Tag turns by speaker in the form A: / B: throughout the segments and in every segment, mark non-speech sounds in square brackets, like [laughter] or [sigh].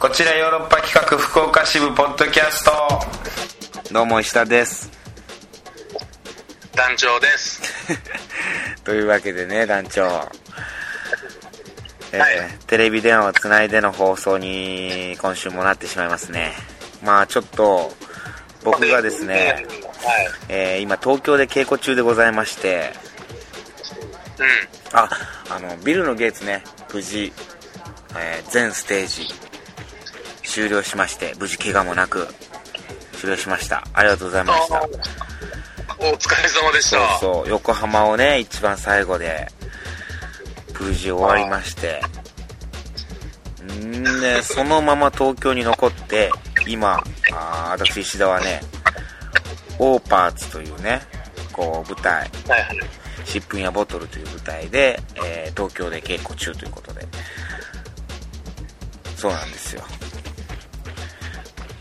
A: こちらヨーロッパ企画福岡支部ポッドキャスト
B: どうも石田です
C: 団長です。
B: というわけでね団長、えー
C: はい
B: テレビ電話をつないでの放送に今週もなってしまいますねまあちょっと僕がですね、
C: はい。
B: えー今東京で稽古中でございまして
C: うん。
B: ああのビルのゲーツね無事、えー全ステージ終了しまして無事怪我もなく終了しましたありがとうございました
C: お疲れ様でした。
B: そうそう横浜をね一番最後で無事終わりましてんでそのまま東京に残って今あー私石田はねオーパーツというねこう舞台
C: はいはい。
B: 「シップンやボトル」という舞台で、えー東京で稽古中ということでそうなんですよ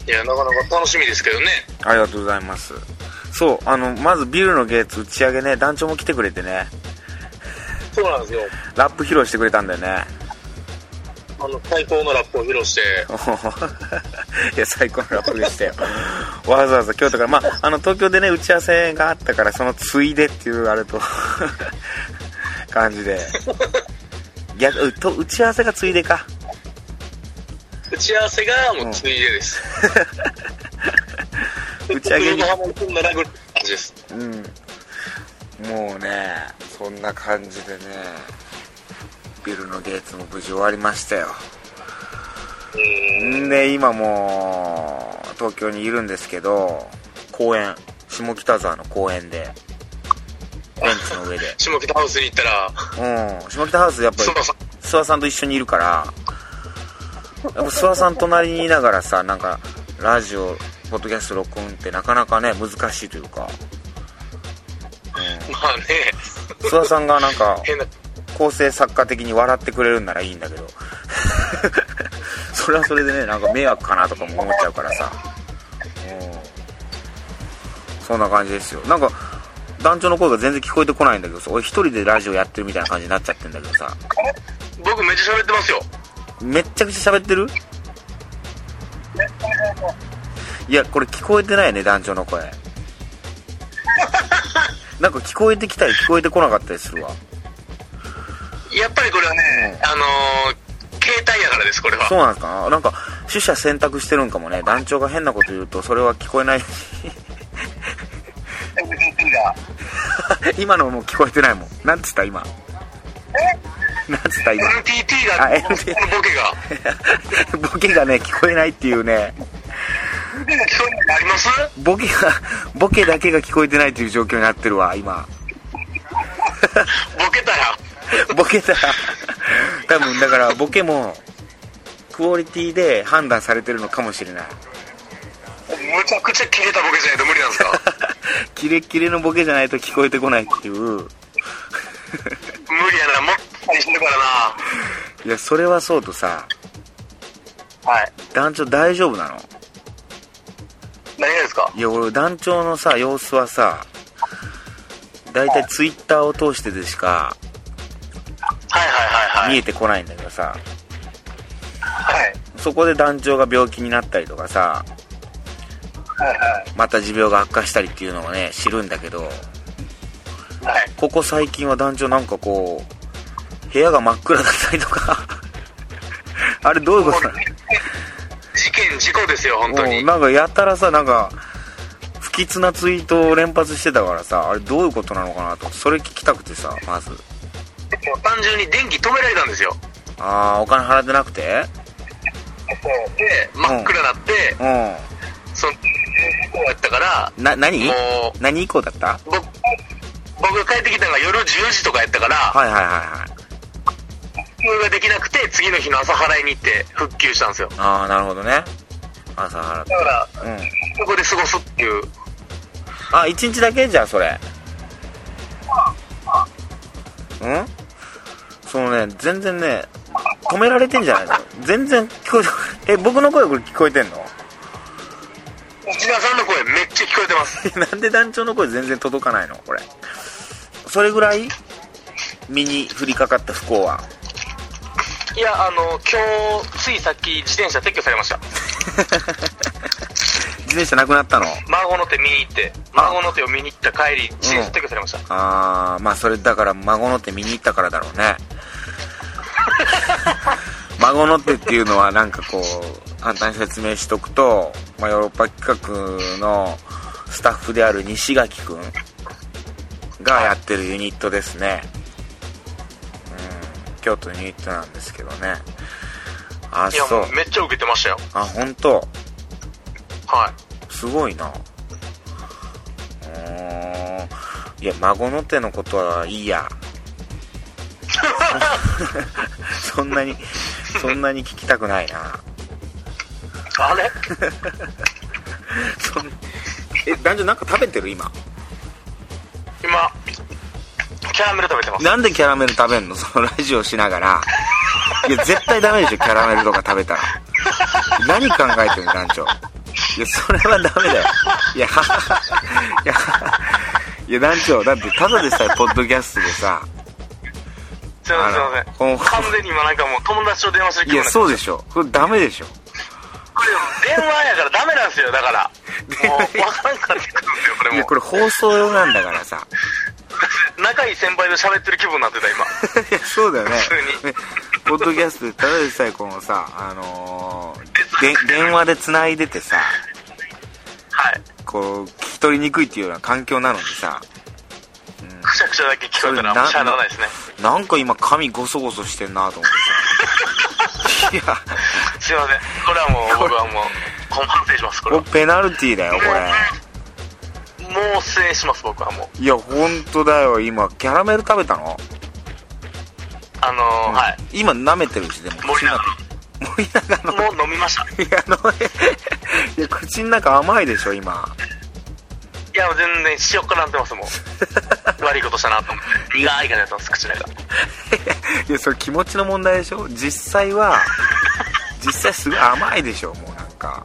C: いや、なかなか楽しみですけどね。
B: ありがとうございますそうあのまずビルのゲーツ打ち上げね団長も来てくれてね
C: そうなんですよ。
B: ラップ披露してくれたんだよね
C: あの、最高のラップを披露して。
B: おー [laughs] いや最高のラップでしたよわざわざ京都からまああの東京でね打ち合わせがあったからそのついでっていうあれと [laughs] 感じで逆と打ち合わせがついでか
C: 打ち合わせがもうついでです。
B: [laughs] 打ち上げに
C: 横浜に行くんならぐらいの感じです。
B: うんもうねそんな感じでねビルのゲーツも無事終わりましたよ
C: うん。
B: んで今もう東京にいるんですけど公園下北沢の公園でベンチの上で
C: 下北ハウスに行ったら、
B: うん、下北ハウスやっぱり
C: そのさ、
B: 諏訪さんと一緒にいるからやっぱ諏訪さん隣にいながらさなんかラジオポッドキャスト録音ってなかなかね難しいというか、
C: まあね、
B: うん、諏訪さんがなんか
C: 変な、
B: 構成作家的に笑ってくれるんならいいんだけど [laughs] それはそれでねなんか迷惑かなとかも思っちゃうからさ、うん、そんな感じですよなんか団長の声が全然聞こえてこないんだけどさ俺一人でラジオやってるみたいな感じになっちゃってんだけどさ
C: 僕めっちゃ喋ってますよ。
B: めっちゃくちゃ喋ってるいやこれ聞こえてないね団長の声なんか聞こえてきたり聞こえてこなかったりするわ
C: やっぱりこれはね、あのー、携帯やからです、これは。
B: そうなんですかなんか取捨選択してるんかもね団長が変なこと言うとそれは聞こえない [laughs] 今のもう聞こえてないもんなんつった今なんつった今 [laughs]
C: NTT
B: あ
C: が、こ
B: NTT
C: のボケが、
B: ボケがね聞こえないっていうね
C: ボケが聞こえあります
B: ボケがボケだけが聞こえてないっていう状況になってるわ今
C: ボケた
B: [laughs]
C: ら、
B: ボケたら多分だからボケもクオリティで判断されてるのかもしれない [laughs]
C: むちゃくちゃ切れたボケじゃないと無理なんで
B: [laughs]
C: すか
B: キレッキレのボケじゃないと聞こえてこないっていう
C: 無理やな、もったりしてるからない
B: やそれはそうとさ。
C: はい。
B: 団長大丈夫なの
C: 何がですか
B: いや俺団長のさ様子はさ大体ツイッターを通してでしか
C: はいはいはいは
B: 見
C: い。
B: えてこないんだけどさ
C: はい。
B: そこで団長が病気になったりとかさ
C: はいは
B: また持病が悪化したりっていうのをね知るんだけど
C: い。はい。
B: ここ最近は団長なんかこう部屋が真っ暗だったりとか [laughs] あれどういうことなの
C: 事件、事故ですよ、本当
B: う
C: に。
B: んなんかやたらさなんか不吉なツイートを連発してたからさあれどういうことなのかなとそれ聞きたくてさまず
C: 単純に電気止められたんですよ。
B: ああお金払ってなくて
C: で、真っ暗になって、
B: う
C: その、こうやったから、
B: んな何
C: もう
B: 何以降だった
C: 僕、僕が帰ってきたのが夜10時とかやったから、
B: はいはいはいはい
C: それができなくて、次の日の朝払いに行って復旧したんですよ。
B: ああなるほどね朝払って
C: だから、
B: うん
C: ここで過ごすっていう。
B: あ一1日だけじゃあそれうんそのね全然ね止められてんじゃないの全然聞こえてえ僕の声これ聞こえてんの [laughs]
C: 内田さんの声めっちゃ聞こえてます。
B: なんで団長の声全然届かないのこれそれぐらい身に降りかかった不幸は
C: いや、あの、今日、ついさっき、自転車撤去されました。
B: 自転車なくなったの
C: 孫の手見に行って、孫の手を見に行った帰り、自転車撤去されました。
B: あーまあそれだから孫の手見に行ったからだろう
C: [laughs]
B: ね孫の手っていうのはなんかこう簡単に説明しとくと、まあ、ヨーロッパ企画のスタッフである西垣くんがやってるユニットですね、うん、京都のユニットなんですけどねあ
C: いや、
B: そ
C: も
B: う
C: うめっちゃ受けてましたよ。
B: あ本当
C: はい。
B: すごいなうーんいや孫の手のことはいいや [laughs] そんなにそんなに聞きたくないな
C: あれ
B: そんえ男女なんか食べてる今
C: 今、キャラメル食べてます。
B: なんでキャラメル食べんのそのラジオしながらいや絶対ダメでしょキャラメルとか食べたら何考えてるの団長いやそれはダメだよいやははいやはいや団長だってただでさえポッドキャストでさ
C: すいません、すいません。
B: この
C: 完全に今なんかもう友達と電話してる
B: い
C: 気
B: や、
C: 分
B: そうでしょ。これダメでしょ。
C: これ電話やからダメなんですよ、だ [laughs] から。もう、わからんかってくるんですよ、これ
B: いや、
C: も
B: こ。れ放送用なんだからさ。
C: 仲いい先輩と喋ってる気分になって
B: [laughs]
C: た、今。
B: いや、そうだ [laughs] よね
C: 普通に。
B: ねポッドキャストでただでさえこのさ、あのー、で、電話で繋いでてさ、
C: はい。
B: こう、聞き取りにくいっていうような環境なのにさ、
C: くしゃくしゃだけ聞こえたら、もうしゃあならないですね。
B: なんか今髪ゴソゴソしてんなと思
C: [laughs]
B: ってさ。いや、
C: すいません。これ
B: [laughs]
C: はもう、僕はもう、こう反省します、これ
B: こ
C: は
B: れ。ペナルティーだよ、これ。
C: もう失礼します、僕はもう。
B: いや、ほんとだよ、今、キャラメル食べたの
C: あのー、はい。
B: 今舐めてるし、でも。
C: 森永。
B: 森永の。
C: もう飲みました。い
B: いや、あの、いや、口の中甘いでしょ、今。
C: や、もう全然塩辛なって
B: [laughs]
C: ます、もう。悪いことしたなと思って。苦いからやってます、口の中。
B: いやそれ気持ちの問題でしょ実際は実際すごい甘いでしょもうなんか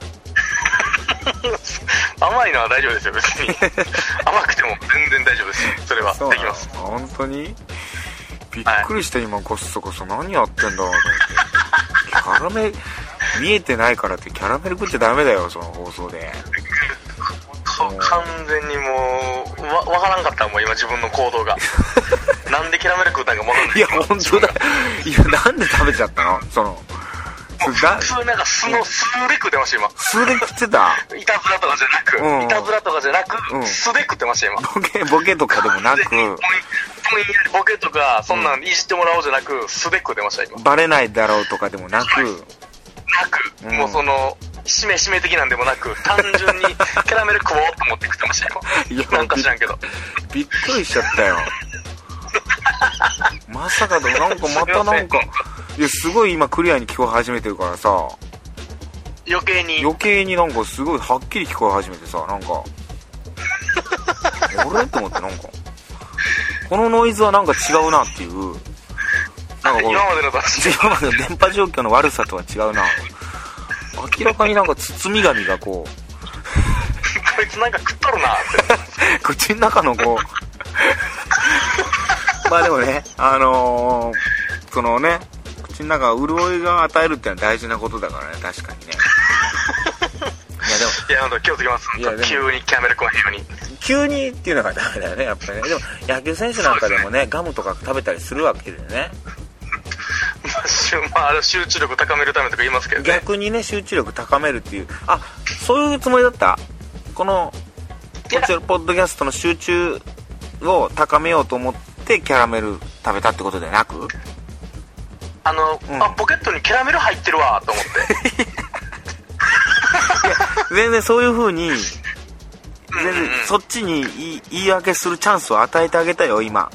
C: 甘いのは大丈夫ですよ、別
B: [laughs]
C: に。甘くても全然大丈夫です。それは。
B: そう
C: で
B: な
C: き
B: の
C: ます。
B: 本当にびっくりして今こそこそ何やってんだろうと思ってキャラメル見えてないからってキャラメル食っちゃダメだよその放送で
C: こ完全にもう、わ、わからんかったもう今自分の行
B: [laughs]
C: 動が。なんでキャラメル食うたんか戻んない
B: いや本当だいやなんで食べちゃったのそのそれだ
C: 普通なんか素の、素で食ってました、今。
B: 素で食ってた
C: いたずらとかじゃなく、
B: うん
C: いたずらとかじゃなく、
B: うん
C: 素で食ってました、今。
B: ボケボケとかでもなく
C: でぼんぼんやりボケとか、そんなんいじってもらおうじゃなく、素で食ってました、今。
B: バレないだろうとかでもなく
C: なく、
B: うん
C: もうその、しめしめ的なんでもなく、単純
B: [laughs]
C: にキャラメル食おうと思って食ってました、
B: いや
C: 今。なんか知らんけど。
B: びっくりしちゃったよ [laughs] まさかでもなんかまたなんかいやすごい今クリアに聞こえ始めてるからさ
C: 余計に、
B: 余計になんかすごいはっきり聞こえ始めてさなん [laughs] かあれと思ってなんかこのノイズはなんか違うなっていうなんかこう
C: 今までの雑誌で、
B: 今までの電波状況の悪さとは違うな明らかになんか包み紙がこう
C: こいつなんか食っとるなって。
B: [laughs] 口の中のこうまあでもねあのー、そのね口の中潤いが与えるってのは大事なことだからね確かに [laughs] ねいやでも
C: いや、ほんと気をつけます。
B: いやでも
C: 急にキャラメル食わへんように。 [laughs]
B: 急にっていうのがダメだよねやっぱりねでも野球選手なんかでもねガムとか食べたりするわけでね
C: まあしゅまあ、あれ集中力高めるためとか言いますけどね。
B: 逆にね集中力高めるっていうあそういうつもりだったこの
C: いや
B: こちらポッドキャストの集中を高めようと思ってキャラメル食べたってことではなく
C: あの、
B: うん
C: あ、ポケットにキャラメル入ってるわ、と思って。
B: 全然そういう風に
C: うん
B: 全然そっちに言い言い訳するチャンスを与えてあげたよ今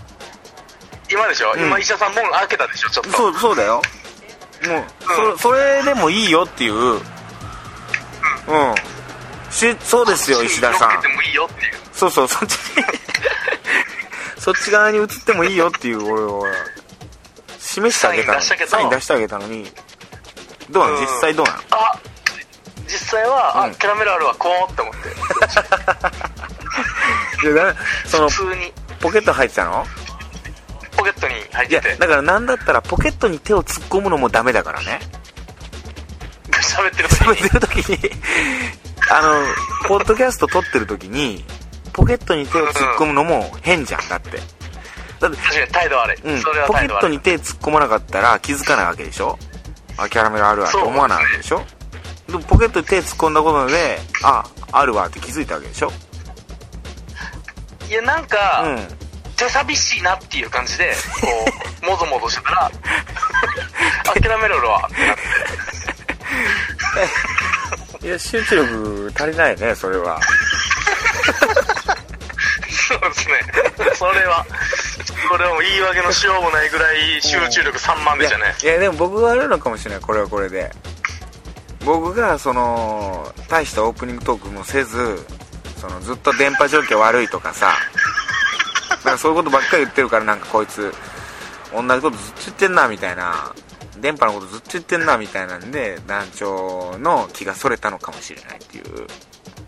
C: 今でしょ、
B: うん
C: 今医者さん門開けたでしょちょっと
B: そうそうだよもう、そそれでもいいよっていううんしそうですよ石田さ
C: 乗っ
B: ん
C: けてもいいよっていう
B: そうそうそっち
C: [laughs]
B: にそっち側に移ってもいいよっていう俺を示してあげたの
C: サイ
B: サイン
C: ン出してあげたの
B: 出してあげたのにどうなの、
C: うん
B: 実際どうなの
C: あ実際は、
B: うん
C: あキャラメルあるわこうって思って
B: いやだめその
C: 普通に
B: ポケット入ってたの
C: ポポケットに入っ
B: いや
C: てて
B: だからなんだったらポケットに手を突っ込むのもダメだからね
C: 喋ってる時
B: 喋
C: に
B: ってる時にあのポッドキャスト撮ってる時にポケットに手を突っ込むのも変じゃんだってだって
C: 確かに態度悪い、
B: うん
C: それは
B: ポケ
C: 態度
B: ット
C: 悪い
B: に手突っ込まなかったら気づかないわけでしょあキャラメルあるわって思わないわけでしょでもポケットに手突っ込んだことでああるわって気づいたわけでしょ
C: いやなん
B: う
C: か、
B: ん
C: 手寂しいなっていう感じでこ
B: [laughs]
C: うもぞもぞしてたら諦めろ俺はってなって
B: いや集中力足りないねそれは
C: そうですねそれはこれはもう言い訳のしようもないぐらい集中力3万
B: い
C: で
B: や
C: したね
B: いやでも僕があるのかもしれないこれはこれで僕がその大したオープニングトークもせずそのずっと電波状況悪いとかさなんかそういうことばっかり言ってるからなんかこいつ同じことずっと言ってんなみたいな電波のことずっと言ってんなみたいなんで団長の気がそれたのかもしれないっていう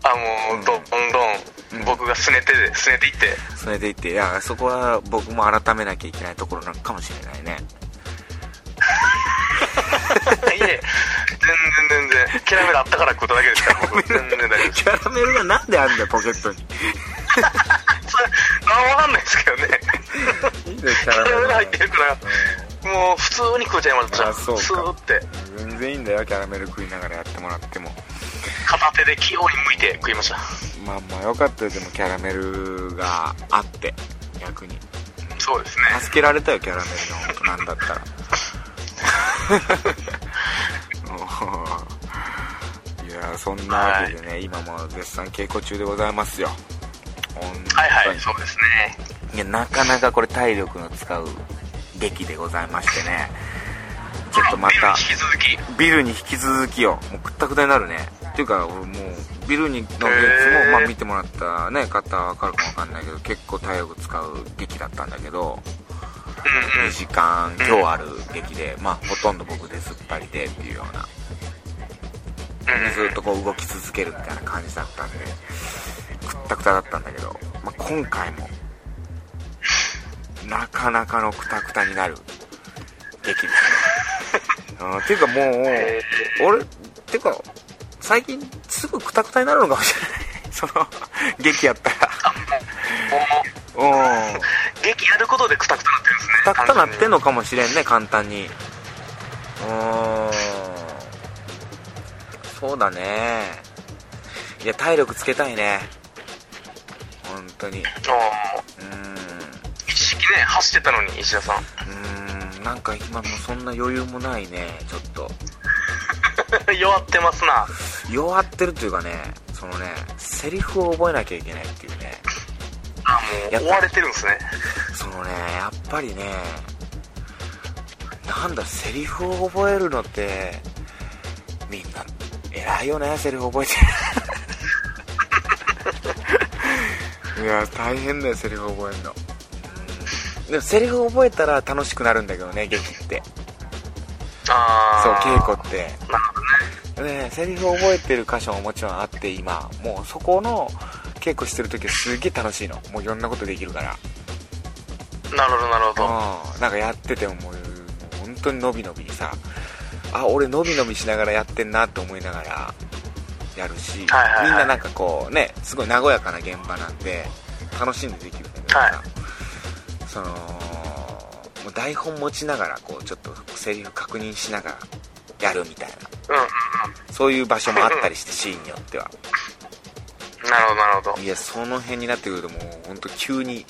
C: あもうどんどん僕が拗ねて拗ねてい
B: [laughs]
C: って
B: それでいていやそこは僕も改めなきゃいけないところなのかもしれないね
C: いえ、全然全然。キャラメルあったから食っただけですから、僕。全然大丈夫です。
B: キャラメルがなんであんだよポケットに
C: それ、なんもわかんないですけどね。
B: いいねキ
C: キャラメル
B: が
C: 入ってるから、もう普通に食うちゃいました。
B: あそうか
C: スーって、
B: 全然いいんだよキャラメル食いながらやってもらっても
C: 片手で器用に向いて食いました。
B: まあまあよかったよでもキャラメルがあって逆に
C: そうですね。
B: 助けられたよキャラメルのことなんだったら [laughs] いやーそんなわけでね、今も絶賛稽古中でございますよ
C: はい
B: 本当
C: は
B: に
C: い、そうですね。
B: いやなかなかこれ体力の使う劇でございましてねちょっとまた
C: 引き続き、
B: ビルに引き続きよもうくったくたになるねっていうか俺もうビルにの劇も、
C: へー
B: まあ、見てもらった、ね、方は分かるかも分かんないけど結構体力使う劇だったんだけど
C: うんうん
B: 2。時間今日ある劇で、まあ、ほとんど僕で突っ張りでっていうようなずっとこう動き続けるみたいな感じだったんでくったくただったんだけど、まあ、今回もなかなかのくたくたになる劇
C: [laughs]
B: ですねうんっていうかもう、
C: え
B: 俺てか最近すぐくたくたになるのかもしれない [laughs] その劇やったら
C: ーもう、
B: うん
C: 劇やることでクタクタなってるんですね。
B: くたくたなってん
C: の
B: のかもしれんね簡単にうーんそうだねいや体力つけたいね本当にうーん
C: 一時期ね、走ってたのに、石田さん。 [laughs]
B: うーんなんか今もうそんな余裕もないねちょっと
C: 弱ってますな。
B: 弱ってるというかねそのねセリフを覚えなきゃいけないっていうね
C: あ、も
B: や
C: う
B: っ
C: 追
B: ぱ
C: われてるんですね。
B: そのねやっぱりねなんだセリフを覚えるのってみんな偉いよねセリフ覚えて [laughs] いや大変だよセリフ覚えるのうんでもセリフ覚えたら楽しくなるんだけどね劇って
C: あ
B: そう稽
C: ー
B: 古って
C: なるほどね。
B: ね、セリフを覚えてる箇所ももちろんあって今もうそこの稽古してる時はすげえ楽しいのもういろんなことできるから
C: なるほどなるほど
B: うんなんかやっててももうもう本当にのびのびさあ俺のびのびしながらやってんなって思いながらやるし、
C: はいはいはい
B: みんななんかこうねすごい和やかな現場なんで楽しんでできるんだけどさ、
C: はい
B: そのもう台本持ちながらこうちょっとセリフ確認しながらやるみたいな
C: うん
B: そういう場所もあったり
C: [laughs]
B: してシーンによっては
C: なるほどなるほど
B: いやその辺になってくるともう本当急に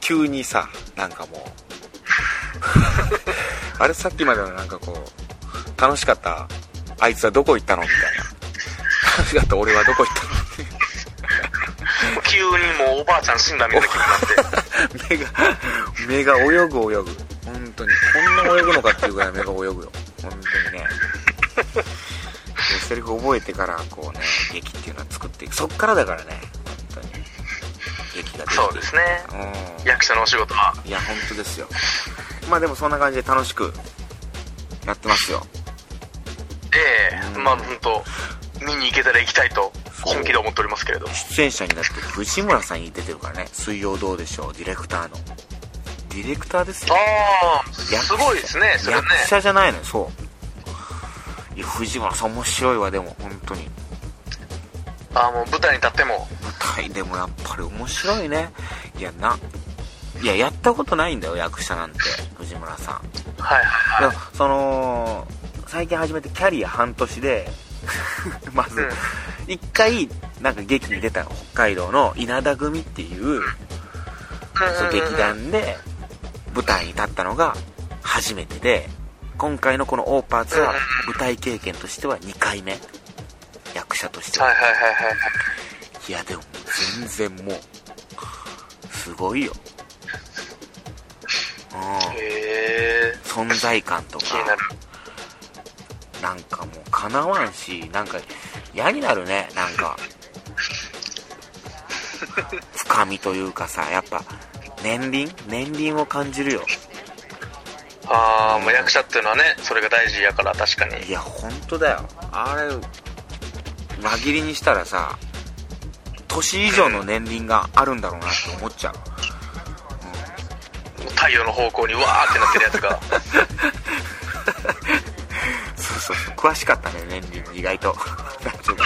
B: 急にさなんかもう [laughs] あれさっきまでのなんかこう楽しかったあいつはどこ行ったのみたいな楽しかった俺はどこ行ったのっ
C: 急にもうおばあちゃん死んだみたいな気になって
B: て目が目が泳ぐ泳ぐ本当にこんな泳ぐのかっていうぐらい目が泳ぐよ本当にねでセリフ覚えてからこうね劇っていうのは作っていくそっからだからね本当に劇ができていく
C: [laughs] そうですね
B: うん
C: 役者のお仕事はい
B: や、本当ですよ。まあでもそんな感じで楽しくやってますよ。
C: ええ
B: うん
C: まあ本当見に行けたら行きたいと本気で思っておりますけれども
B: 出演者になって藤村さんに出てるからね。水曜どうでしょう、ディレクターの。ディレクターですよ
C: ああすごいですねそれね
B: 役者じゃないのよそういや藤村さん面白いわでも本当に
C: ああもう舞台に立っても
B: 舞台でもやっぱり面白いねいやないややったことないんだよ役者なんて藤村さん
C: はい
B: い
C: はい
B: や
C: はい
B: その最近始めてキャリア半年で [laughs] まず
C: うん
B: 一回なんか劇に出たの北海道の稲田組っていうその劇団で舞台に立ったのが初めてで今回のこのオーパーツは舞台経験としては2回目役者として
C: はい
B: は
C: はいはいはいはい
B: いやでも全然もうすごいようん
C: へえ
B: 存在感とか
C: 気になる
B: なんかもうかなわんし、なんか嫌になるね、なん [laughs] か。つかみというかさ、やっぱ、年輪年輪を感じるよ。
C: ああまあ役者っていうのはねそれが大事やから確かに
B: いや、ほんとだよ。あれ、輪切りにしたらさ、年以上の年輪があるんだろうなって思っちゃう。
C: 太陽の方向にわーってなってるやつ
B: [laughs]
C: が
B: そうそうそう、詳しかったね、年輪に意外 [laughs] と。なんていうか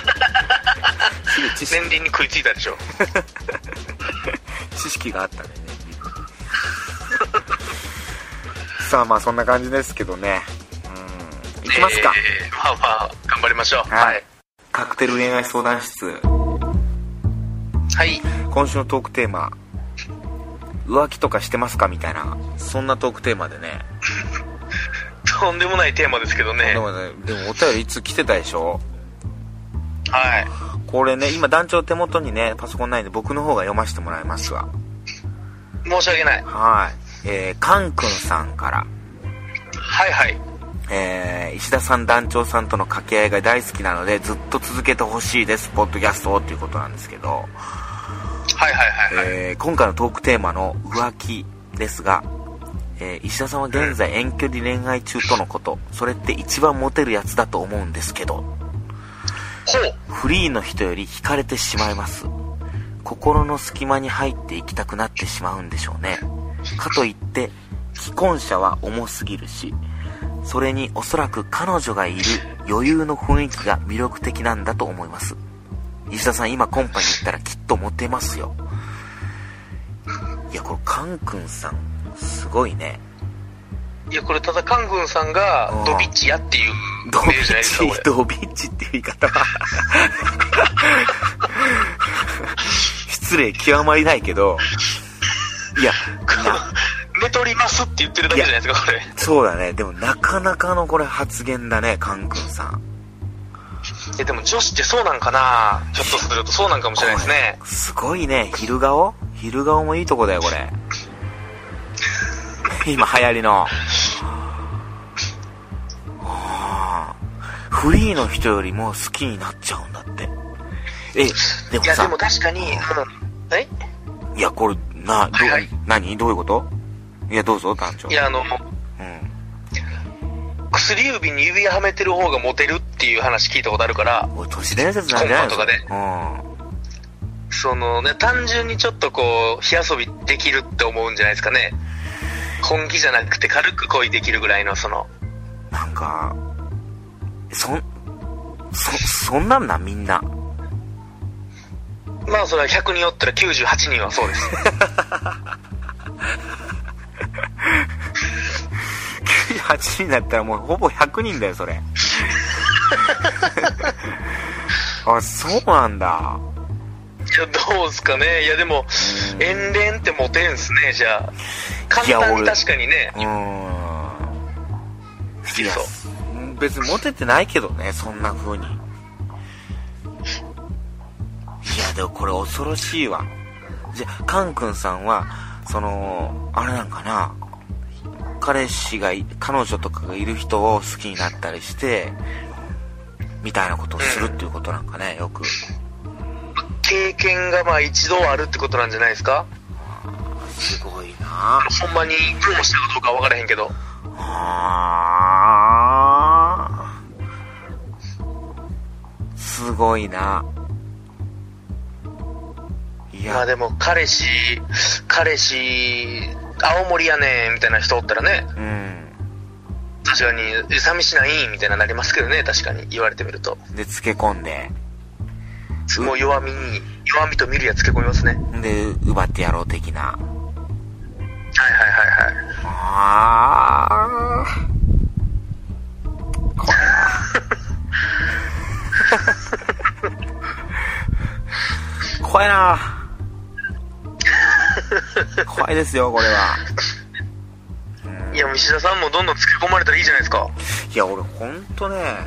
B: すぐ知識
C: 年輪に食いついたでしょ
B: 知識があったねさあまあそんな感じですけどねうんいきますか、
C: えーまあまあ頑張りましょう
B: はいカクテル恋愛相談室
C: はい
B: 今週のトークテーマ浮気とかしてますかみたいなそんなトークテーマでね
C: とんでもないテーマですけどね
B: でもねでもお便りいつ来てたでしょ
C: はい
B: これね今団長手元にねパソコンないんで僕の方が読ませてもらいますわ
C: 申し訳ない
B: はいえー、カンくんさんから
C: はいはい
B: えー石田さん団長さんとの掛け合いが大好きなのでずっと続けてほしいですポッドキャストをということなんですけど、
C: はいはいはいはい
B: えー今回のトークテーマの浮気ですが、えー石田さんは現在遠距離恋愛中とのことそれって一番モテるやつだと思うんですけど
C: ほう
B: フリーの人より惹かれてしまいます心の隙間に入っていきたくなってしまうんでしょうねかといって既婚者は重すぎるしそれにおそらく彼女がいる余裕の雰囲気が魅力的なんだと思います石田さん今コンパに行ったらきっとモテますよいやこれカン君さんすごいね
C: いやこれただカン君さんが
B: うん
C: ドビッチやっていう
B: ドビ
C: メールじゃないですかこ
B: ッチ
C: れ
B: ドビッチっていう言い方は失礼極まりないけどいやな
C: [laughs] 寝取りますって言ってるだけじゃないですかこれ
B: そうだねでもなかなかのこれ発言だねカン君さん
C: えでも女子ってそうなんかなちょっとするとそうなんかもしれないですね
B: これすごいね昼顔昼顔もいいとこだよこれ今流行りのあーフリーの人よりも好きになっちゃうんだってえでも
C: いや
B: さ
C: でも確かにうんえ
B: いや、これ、な、ど、
C: はいはい
B: 何どういうこといや、どうぞ、団長。
C: いやあ
B: う
C: の
B: ん。
C: 薬指に指はめてる方がモテるっていう話聞いたことあるから
B: おい、都市伝説なんじゃないの
C: コンパと
B: うん。
C: そのね単純にちょっとこう火遊びできるって思うんじゃないですかね本気じゃなくて軽く恋できるぐらいのその
B: なんか、そん、そ、そんなんな、みんな。
C: まあそれは100人おったら98人はそうです
B: [laughs] 98人だったらもうほぼ100人だよ、
C: [laughs]
B: それ。あ、そうなんだ。
C: いやどうすかねいやで
B: う
C: も
B: ん
C: 遠恋ってモテんすねじゃあ
B: いや
C: 簡単に
B: 俺
C: 確かにね
B: うーん。
C: き
B: いや
C: そう、
B: 別にモテてないけどね、そんな風に。いや、でもこれ恐ろしいわ。じゃあ、カン君さんは、その、あれなんかな、彼氏がい、彼女とかがいる人を好きになったりして、みたいなことをするっていうことなんかね、よく。
C: 経験がまあ一度はあるってことなんじゃないですか
B: すごいな
C: ほんまに苦労したかどうかは分からへんけど
B: あーすごいな。い
C: まあ
B: や、
C: でも彼氏彼氏青森やねんみたいな人おったらね、
B: うん。
C: 確かに、え寂しないみたいななりますけどね、確かに言われてみると。
B: で、漬け込んで、
C: すごい弱みに、弱みと見るやつ結構いますね。はい
B: で、奪ってやろう的な。
C: はいはいはい。
B: ああ。これな。 [laughs] 怖いな。怖いですよ、これは。
C: いや、西田さんもどんどんつけ込まれたらいいじゃないです [laughs] か。
B: いや、俺ほんとね、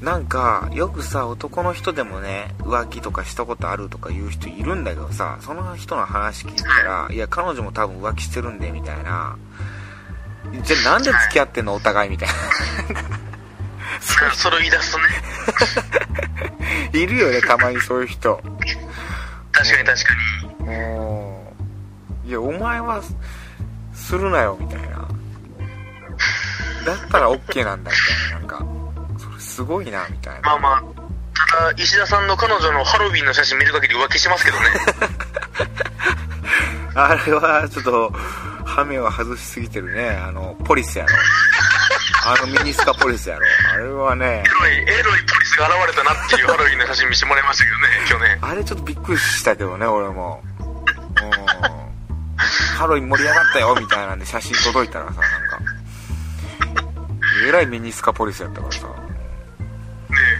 B: なんか、よくさ、男の人でもね、浮気とかしたことあるとか言う人いるんだけどさ、その人の話聞いたら、いや、彼女も多分浮気してるんで、みたいな。じゃ、なんで付き合ってんのお互い、みたいな。 [laughs]
C: それを言い出すとね、
B: いるよね、たまにそういう人。
C: 確かに確かに。
B: もう、いや、お前は、するなよ、みたいな。だったら OK なんだ、みたいな。なんか、それすごいな、みたい
C: まあ
B: な。
C: まあ、ただ、石田さんの彼女のハロウィンの写真見る限り浮気しますけどね。 [laughs]
B: あれは、ちょっと、ハメを外しすぎてるね。あの、ポリスやろ。あのミニスカポリスやろ。あれはね、
C: エロい、エロいポリスが現れたなっていうハロウィンの写真見せてもらいましたけどね、去年。
B: あれちょっとびっくりしたけどね、俺も。うん。ハロウィン盛り上がったよ、みたいなんで写真届いたらさ、なんか。えらいミニスカポリスやったからさ。
C: ね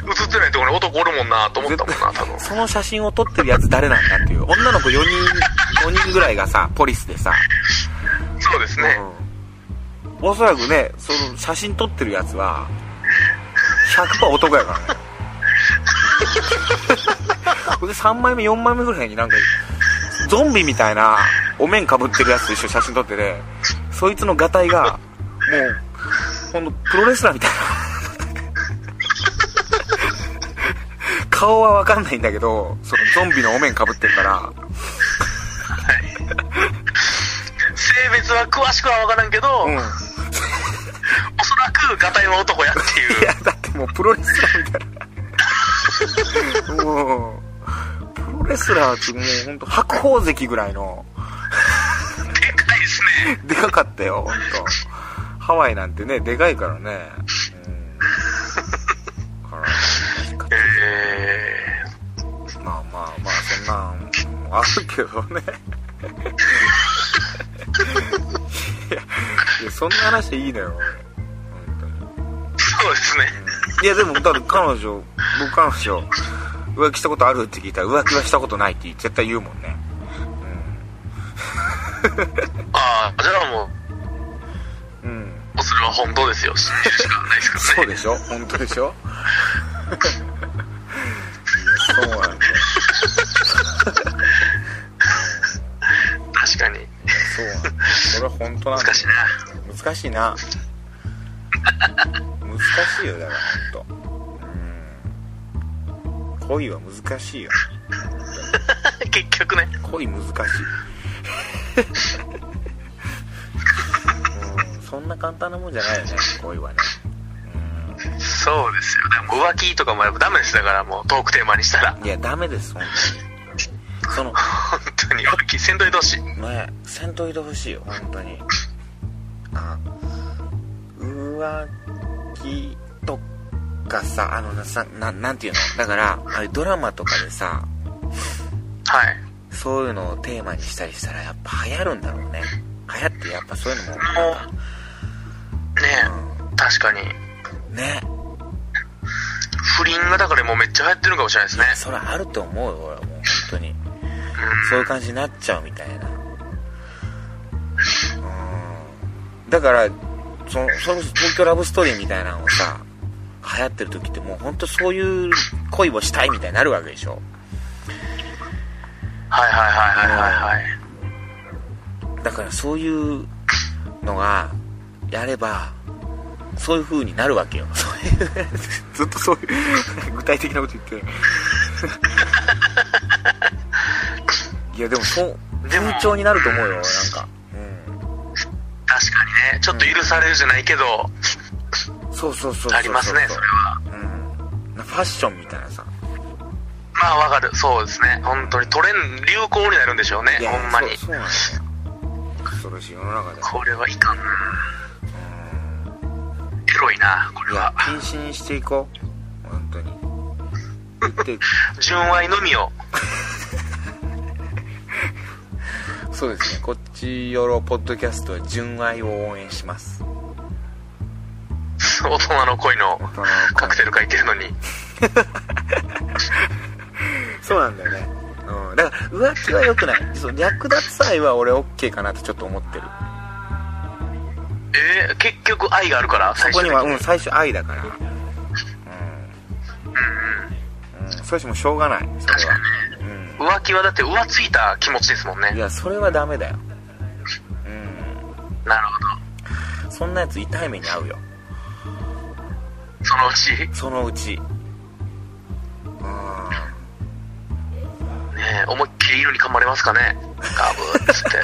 C: 映ってないところに男おるもんなと思ったもんな、多分。
B: その写真を撮ってるやつ誰なんだっていう。女の子4人、5人ぐらいがさ、ポリスでさ。
C: そうですね。
B: うん。おそらくね、その写真撮ってるやつは、100%男やからね。 [laughs] これで3枚目、4枚目ぐらいになんか、ゾンビみたいなお面かぶってるやつと一緒に写真撮ってて、そいつのガタイが、もう、ほんと、プロレスラーみたいな。顔はわかんないんだけど、そのゾンビのお面かぶってるから、
C: 性別は詳しくは分からんけど、
B: うん。い
C: おそらく、ガタイは男やっていう。
B: や、だってもうプロレスラーみたいな。もう、プロレスラーってもうほんと白鵬関ぐらいの、
C: でかいです
B: [laughs]
C: ね。
B: でかかったよ、ほんと。ハワイなんてね、でかいからね。うん。から、
C: え
B: まあまあまあ、そんなんもあるけどね。いや、いやそんな話はいいのよ、俺。ほんとに。
C: ー、そうですね。
B: いやでもだって彼女僕彼女浮気したことあるって聞いたら浮気はしたことないって絶対言うもんね
C: ああ、じゃあも
B: うん、うん、
C: う、それは本当ですよ。信じるしかないですからね。
B: そうでしょ本当でしょいやそうなんだよ
C: 確かに。 [laughs]
B: そうなんだよそれは本当なんだよ
C: 難しいな。
B: 難しいな難しいよだからほんとうん恋は難しいよ
C: 結局ね。
B: 恋難しいうん [laughs] そんな簡単なもんじゃないよね恋はね
C: そうですよ。でも浮気とかもやっぱダメです。だからもう、トークテーマにしたら。
B: いやダメです本当にその
C: 本当に浮気、先導同士。
B: ねせんといてほしいよ本当にあ浮気とかさあのなさななんていうのだからあれドラマとかでさ
C: はい。
B: そういうのをテーマにしたりしたらやっぱ流行るんだろうね流行ってやっぱそういうのもなんか
C: ねえ、確かに。
B: ね
C: 不倫がだからもうめっちゃ流行ってるかもしれないですね。
B: それあると思うよ俺はもう本当にそういう感じになっちゃうみたいなうんだからそのそれこそ東京ラブストーリーみたいなのをさ流行ってる時ってもう本当そういう恋をしたいみたいになるわけでしょ
C: はいはいはいはいはいはい。
B: だからそういうのがやればそういう風になるわけよそういう [laughs] ずっとそういう具体的なこと言 [laughs] ってるいやでもそう
C: でも
B: 風潮になると思うよなんか、
C: 確かにね。ちょっと許されるじゃないけど、
B: うん、そうそうそうそうそう
C: ありますね、それは。
B: うん、ファッションみたいなさ
C: まあわかる。そうですね。本当にトレン、流行になるんでしょうね。
B: いや
C: ほんまに。
B: そうそうなんだよ恐ろしい世の中だ
C: これはいかんなエロいなこれ
B: いや
C: は
B: 禁止にしていこう本当にで
C: 純愛のみを
B: そうですねこっちよろポッドキャストは純愛を応援します
C: 大人の恋の
B: 人の恋
C: カクテル書いてるのに
B: そうなんだよねうん、だから浮気は良くないそう略奪祭は俺 OK かなってちょっと思ってる
C: えー、結局愛があるから
B: そ
C: 最
B: こ
C: 初
B: に
C: に
B: は
C: は
B: うん最初愛だからうん、うん、それしもしょうがないそれはうん
C: 浮気はだって浮ついた気持ちですもん
B: い
C: ね
B: やそれはダメだよう
C: なるほ
B: んそんなやつ痛い目に遭うよ
C: どそのうちね
B: そのうち [laughs]
C: え思いっきり犬に噛まれますかねガブーっつって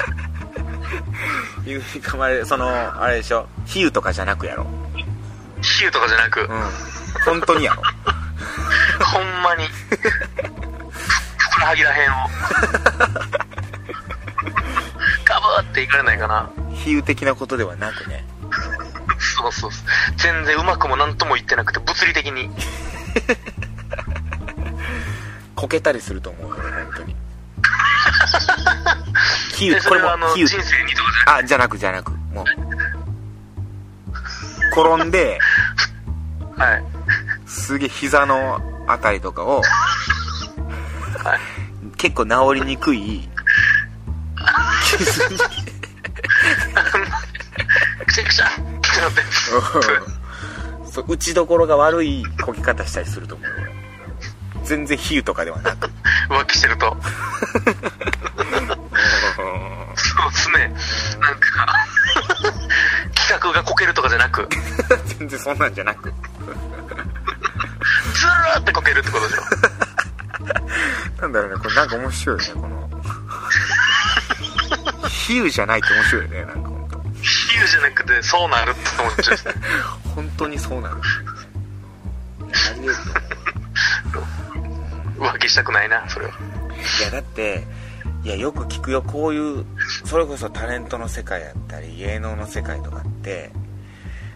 B: うん
C: [laughs]
B: いうに噛まれるそのあれでしょ比喩とかじゃなくやろ
C: 比喩とかじゃなく、
B: うん本当にやろ
C: ほんまにふふくらはぎらへんをガブーっていかれないかな
B: 比喩的なことではなくね
C: そうそうそう全然うまくもなんとも言ってなくて物理的に
B: こけたりすると思うよ本
C: [laughs]
B: 当に比
C: で
B: 喩
C: そ
B: こ
C: れ
B: れも
C: はあの
B: 比
C: 人生
B: 喩
C: にとかじゃなく
B: あじゃなくじゃなくもう転んで
C: はい
B: すげえ膝のあたりとかを結構治りにくい傷に
C: くしゃくしゃってなって
B: そう打ちどころが悪いこき方したりすると思うよ全然比喩とかでは
C: [laughs]
B: なく
C: 浮気してるとそうですねなんか企画がこけるとかじゃなく
B: 全然そんなんじゃなく
C: ずーってこけるってことですよ
B: なんだろうねこれなんか面白いよねこの比喩じゃないって面白いよねなんか本当
C: 比喩じゃなくてそうなるって思っちゃう
B: 本当にそうなのありえると思う
C: 浮気したくないなそれはい
B: やだっていやよく聞くよこういうそれこそタレントの世界だったり芸能の世界とかって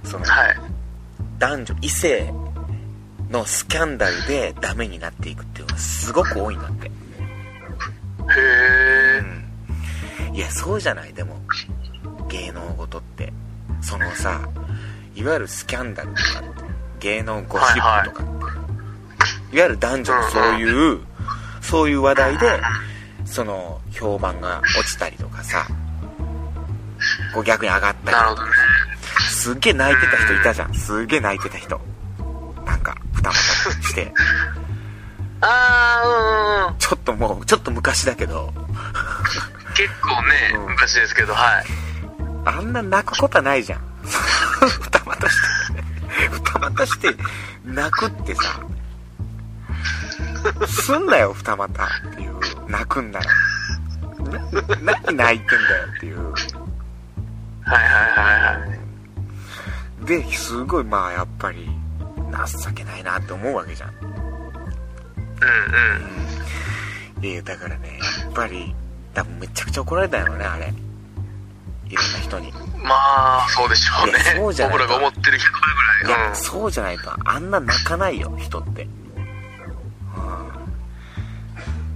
B: その、
C: はい
B: 男女異性のスキャンダルでダメになっていくっていうのがすごく多いんだって
C: へえ
B: うんいやそうじゃないでも芸能事ってそのさいわゆるスキャンダルとかって芸能ゴシップとかって、いわゆる男女のそういうそういう話題でその評判が落ちたりとかさこう逆に上がったり
C: なる
B: と
C: ほ
B: か
C: どね
B: すっげえ泣いてた人いたじゃんすっげえ泣いてた人なんか二股して
C: ああうんうん
B: ちょっともうちょっと昔だけど
C: 結構
B: うん
C: ね、昔ですけどはい
B: あんな泣くことはないじゃん。 [laughs] 二股して、二股して、泣くってさ、すんなよ、二股っていう、泣くんなら。な何泣いてんだよっていう。
C: はいはいはいはい
B: で、すごい、まあ、やっぱり、情けないなって思うわけじゃん。
C: うんうん
B: で、だからね、やっぱり、多分めちゃくちゃ怒られたんやろね、あれ。いろんな人に。
C: まあ、そうでしょうね
B: いや。そうじゃない
C: 僕らが思って
B: い
C: る100倍ぐらい。
B: や、
C: うん。
B: そうじゃないとあんな泣かないよ人って、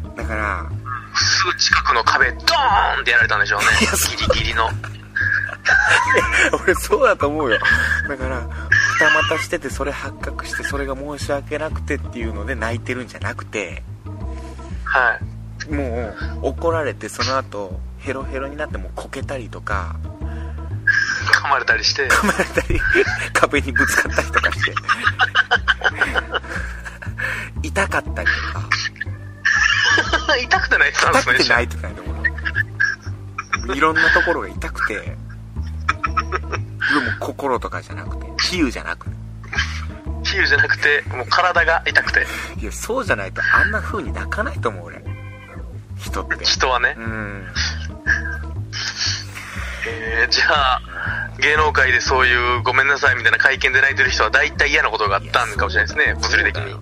B: うん、だから
C: すぐ近くの壁、ドーンってやられたんでしょうね。ギリギリの。
B: [laughs] 俺そうだと思うよだから二股しててそれ発覚してそれが申し訳なくてっていうので泣いてるんじゃなくて
C: はい。
B: もう怒られてその後ヘロヘロになってもうこけたりとか
C: 噛まれたり
B: [laughs]
C: して。
B: 噛まれたり壁にぶつかったりとかして痛かったりとか
C: 痛くて泣いてたんで
B: 痛
C: すね
B: くて
C: 一緒
B: 泣
C: に。
B: いてないところいろんなところが痛くてでも心とかじゃなくて比喩じゃなくて
C: 比喩じゃなくて、もう体が痛くて。
B: いやそうじゃないとあんな風に泣かないと思う俺人って
C: 人はね
B: う。ん
C: えーじゃあ、芸能界でそういうごめんなさいみたいな会見で泣いてる人は大体嫌なことがあったんかもしれないですね。物理的に。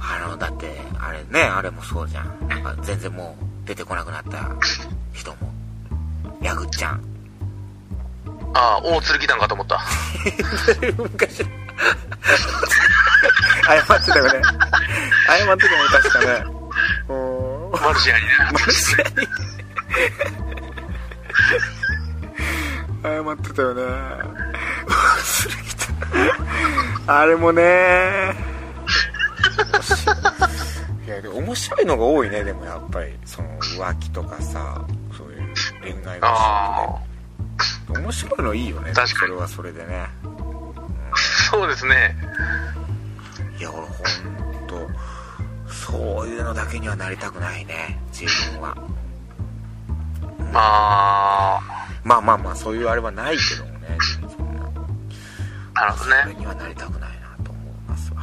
B: あのだってあれねあれもそうじゃんなんか全然もう出てこなくなった人もヤグちゃん
C: ああ、大鶴来たんかと
B: [laughs]
C: 思った。
B: 昔謝ってたよね謝ってたよね確かねおー
C: マルシアにね。
B: 謝ってたよね忘れてたあれもねいやでも面白いのが多いねでもやっぱりその浮気とかさそういう恋愛
C: あ
B: が面白いのいいよね
C: 確かに
B: それはそれでね
C: あ、そうですね。
B: いや俺ほんとそういうのだけにはなりたくないね自分は
C: あ
B: まあまあまあそういうあれはないけどもねそんな
C: あ、なるほど
B: それ
C: ね。
B: にはなりたくないなと思いますわ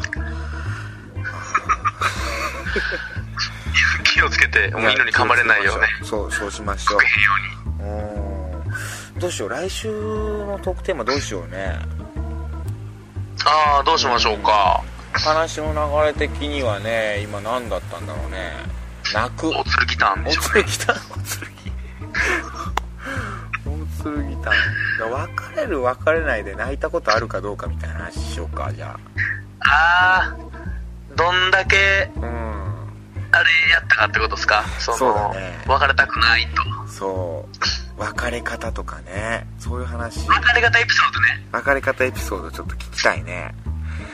C: 気をつけて、犬に噛まれないようね。
B: そうそうしましょう
C: 食えへんように。
B: うーんどうしよう来週のトークテーマどうしようね
C: ああ、どうしましょうか。
B: 話の流れ的にはね今何だったんだろうね泣く
C: 大鶴来たん
B: お
C: でしょ
B: つるぎたおつるぎおつるぎた別れる別れないで泣いたことあるかどうかみたいな話しようかじゃ
C: ああ、どんだけ、
B: あう
C: あれやったかってことですかその、
B: そうだね
C: 別れたくないと。
B: んそう別れ方とかねそういう話
C: 別れ方エピソードね。
B: 別れ方エピソードちょっと聞きたいね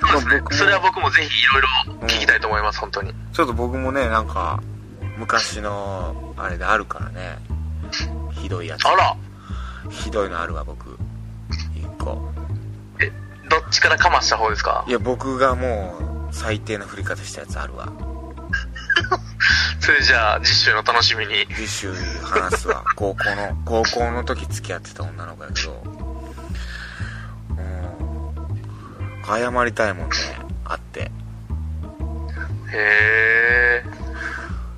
C: そうです
B: で
C: ね
B: も僕も
C: それは僕もぜひいろいろ聞きたいと思います、本当に。
B: ちょっと僕もねなんか昔のあれであるからねひどいやつ
C: あら、
B: ひどいのあるわ僕一個
C: え、どっちからかました方ですか
B: いや僕がもう最低な振り方したやつあるわ
C: それじゃあ、実習の楽しみに。
B: 次週話すわ高校の高校の時付き合ってた女の子やけどうん謝りたいもんねあって
C: へえ。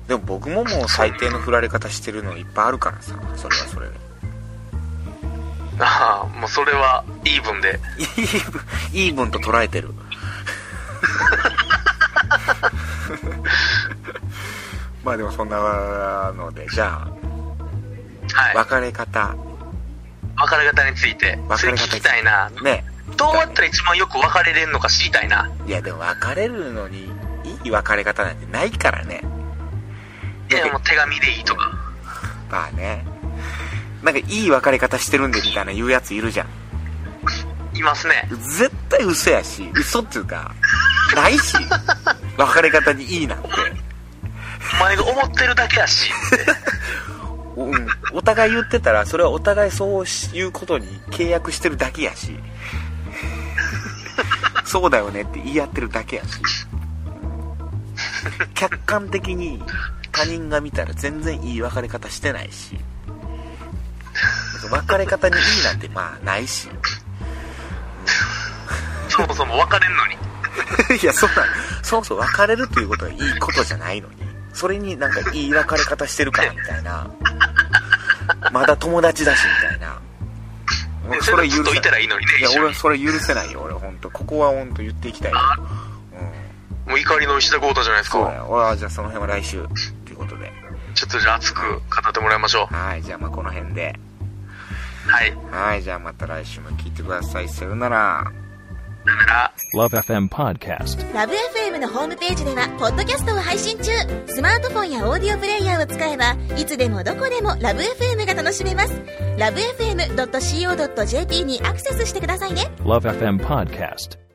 B: でも僕ももう最低の振られ方してるのいっぱいあるからさそれはそれ [laughs] で
C: ああ、もうそれは、イーブンで。
B: イーブンイーブンと捉えてる [laughs] まあでもそんなのでじゃ
C: は
B: あ
C: い。
B: 別れ方
C: 別れ方について。そ
B: 別
C: れ
B: れ
C: 聞
B: 方
C: きたいな。
B: ね
C: どうやったら一番よく別れれるのか知りたいな。
B: いやでも別れるのにいい別れ方なんてないからね
C: いや、もう手紙でいいとか。
B: まあねなんかいい別れ方してるんでみたいな言うやついるじゃん
C: いますね。
B: 絶対嘘やし嘘っていうかない
C: [laughs]
B: し別れ方にいいなんて
C: お前が思ってるだけや [laughs] し。
B: お,、うん、お互い言ってたらそれはお互いそういうことに契約してるだけやし [laughs] そうだよねって言い合ってるだけやし客観的に他人が見たら全然いい別れ方してないし別れ方にいいなんてまあないし
C: そもそも別れんのに。
B: [laughs] いや、そんな、そもそも別れるということはいいことじゃないのに、それになんかいい別れ方してるからみたいな、まだ友達だしみたいな。
C: ねそれずっといたらいいのにね、
B: いや、
C: 一緒
B: 俺
C: に。
B: それ許せないよ、俺ほんと。ここはほんと言っていきたいよ。うん。
C: もう怒りの石田豪太じゃないです
B: そうだ
C: か。
B: よ。俺はじゃあその辺は来週、ということで。
C: ちょっとじゃあ熱く語ってもらいましょ
B: はい、じゃあまあこの辺で。
C: う。はい。
B: はい、じゃあまた来週も聞いてください。さよなら。
C: だから、
D: Love FM Podcast.
E: ラブ f m のホームページではポッドキャストを配信中スマートフォンやオーディオプレイヤーを使えばいつでもどこでもラブ f m が楽しめますラブ FM.co.jp にアクセスしてくださいね
D: Love FM Podcast.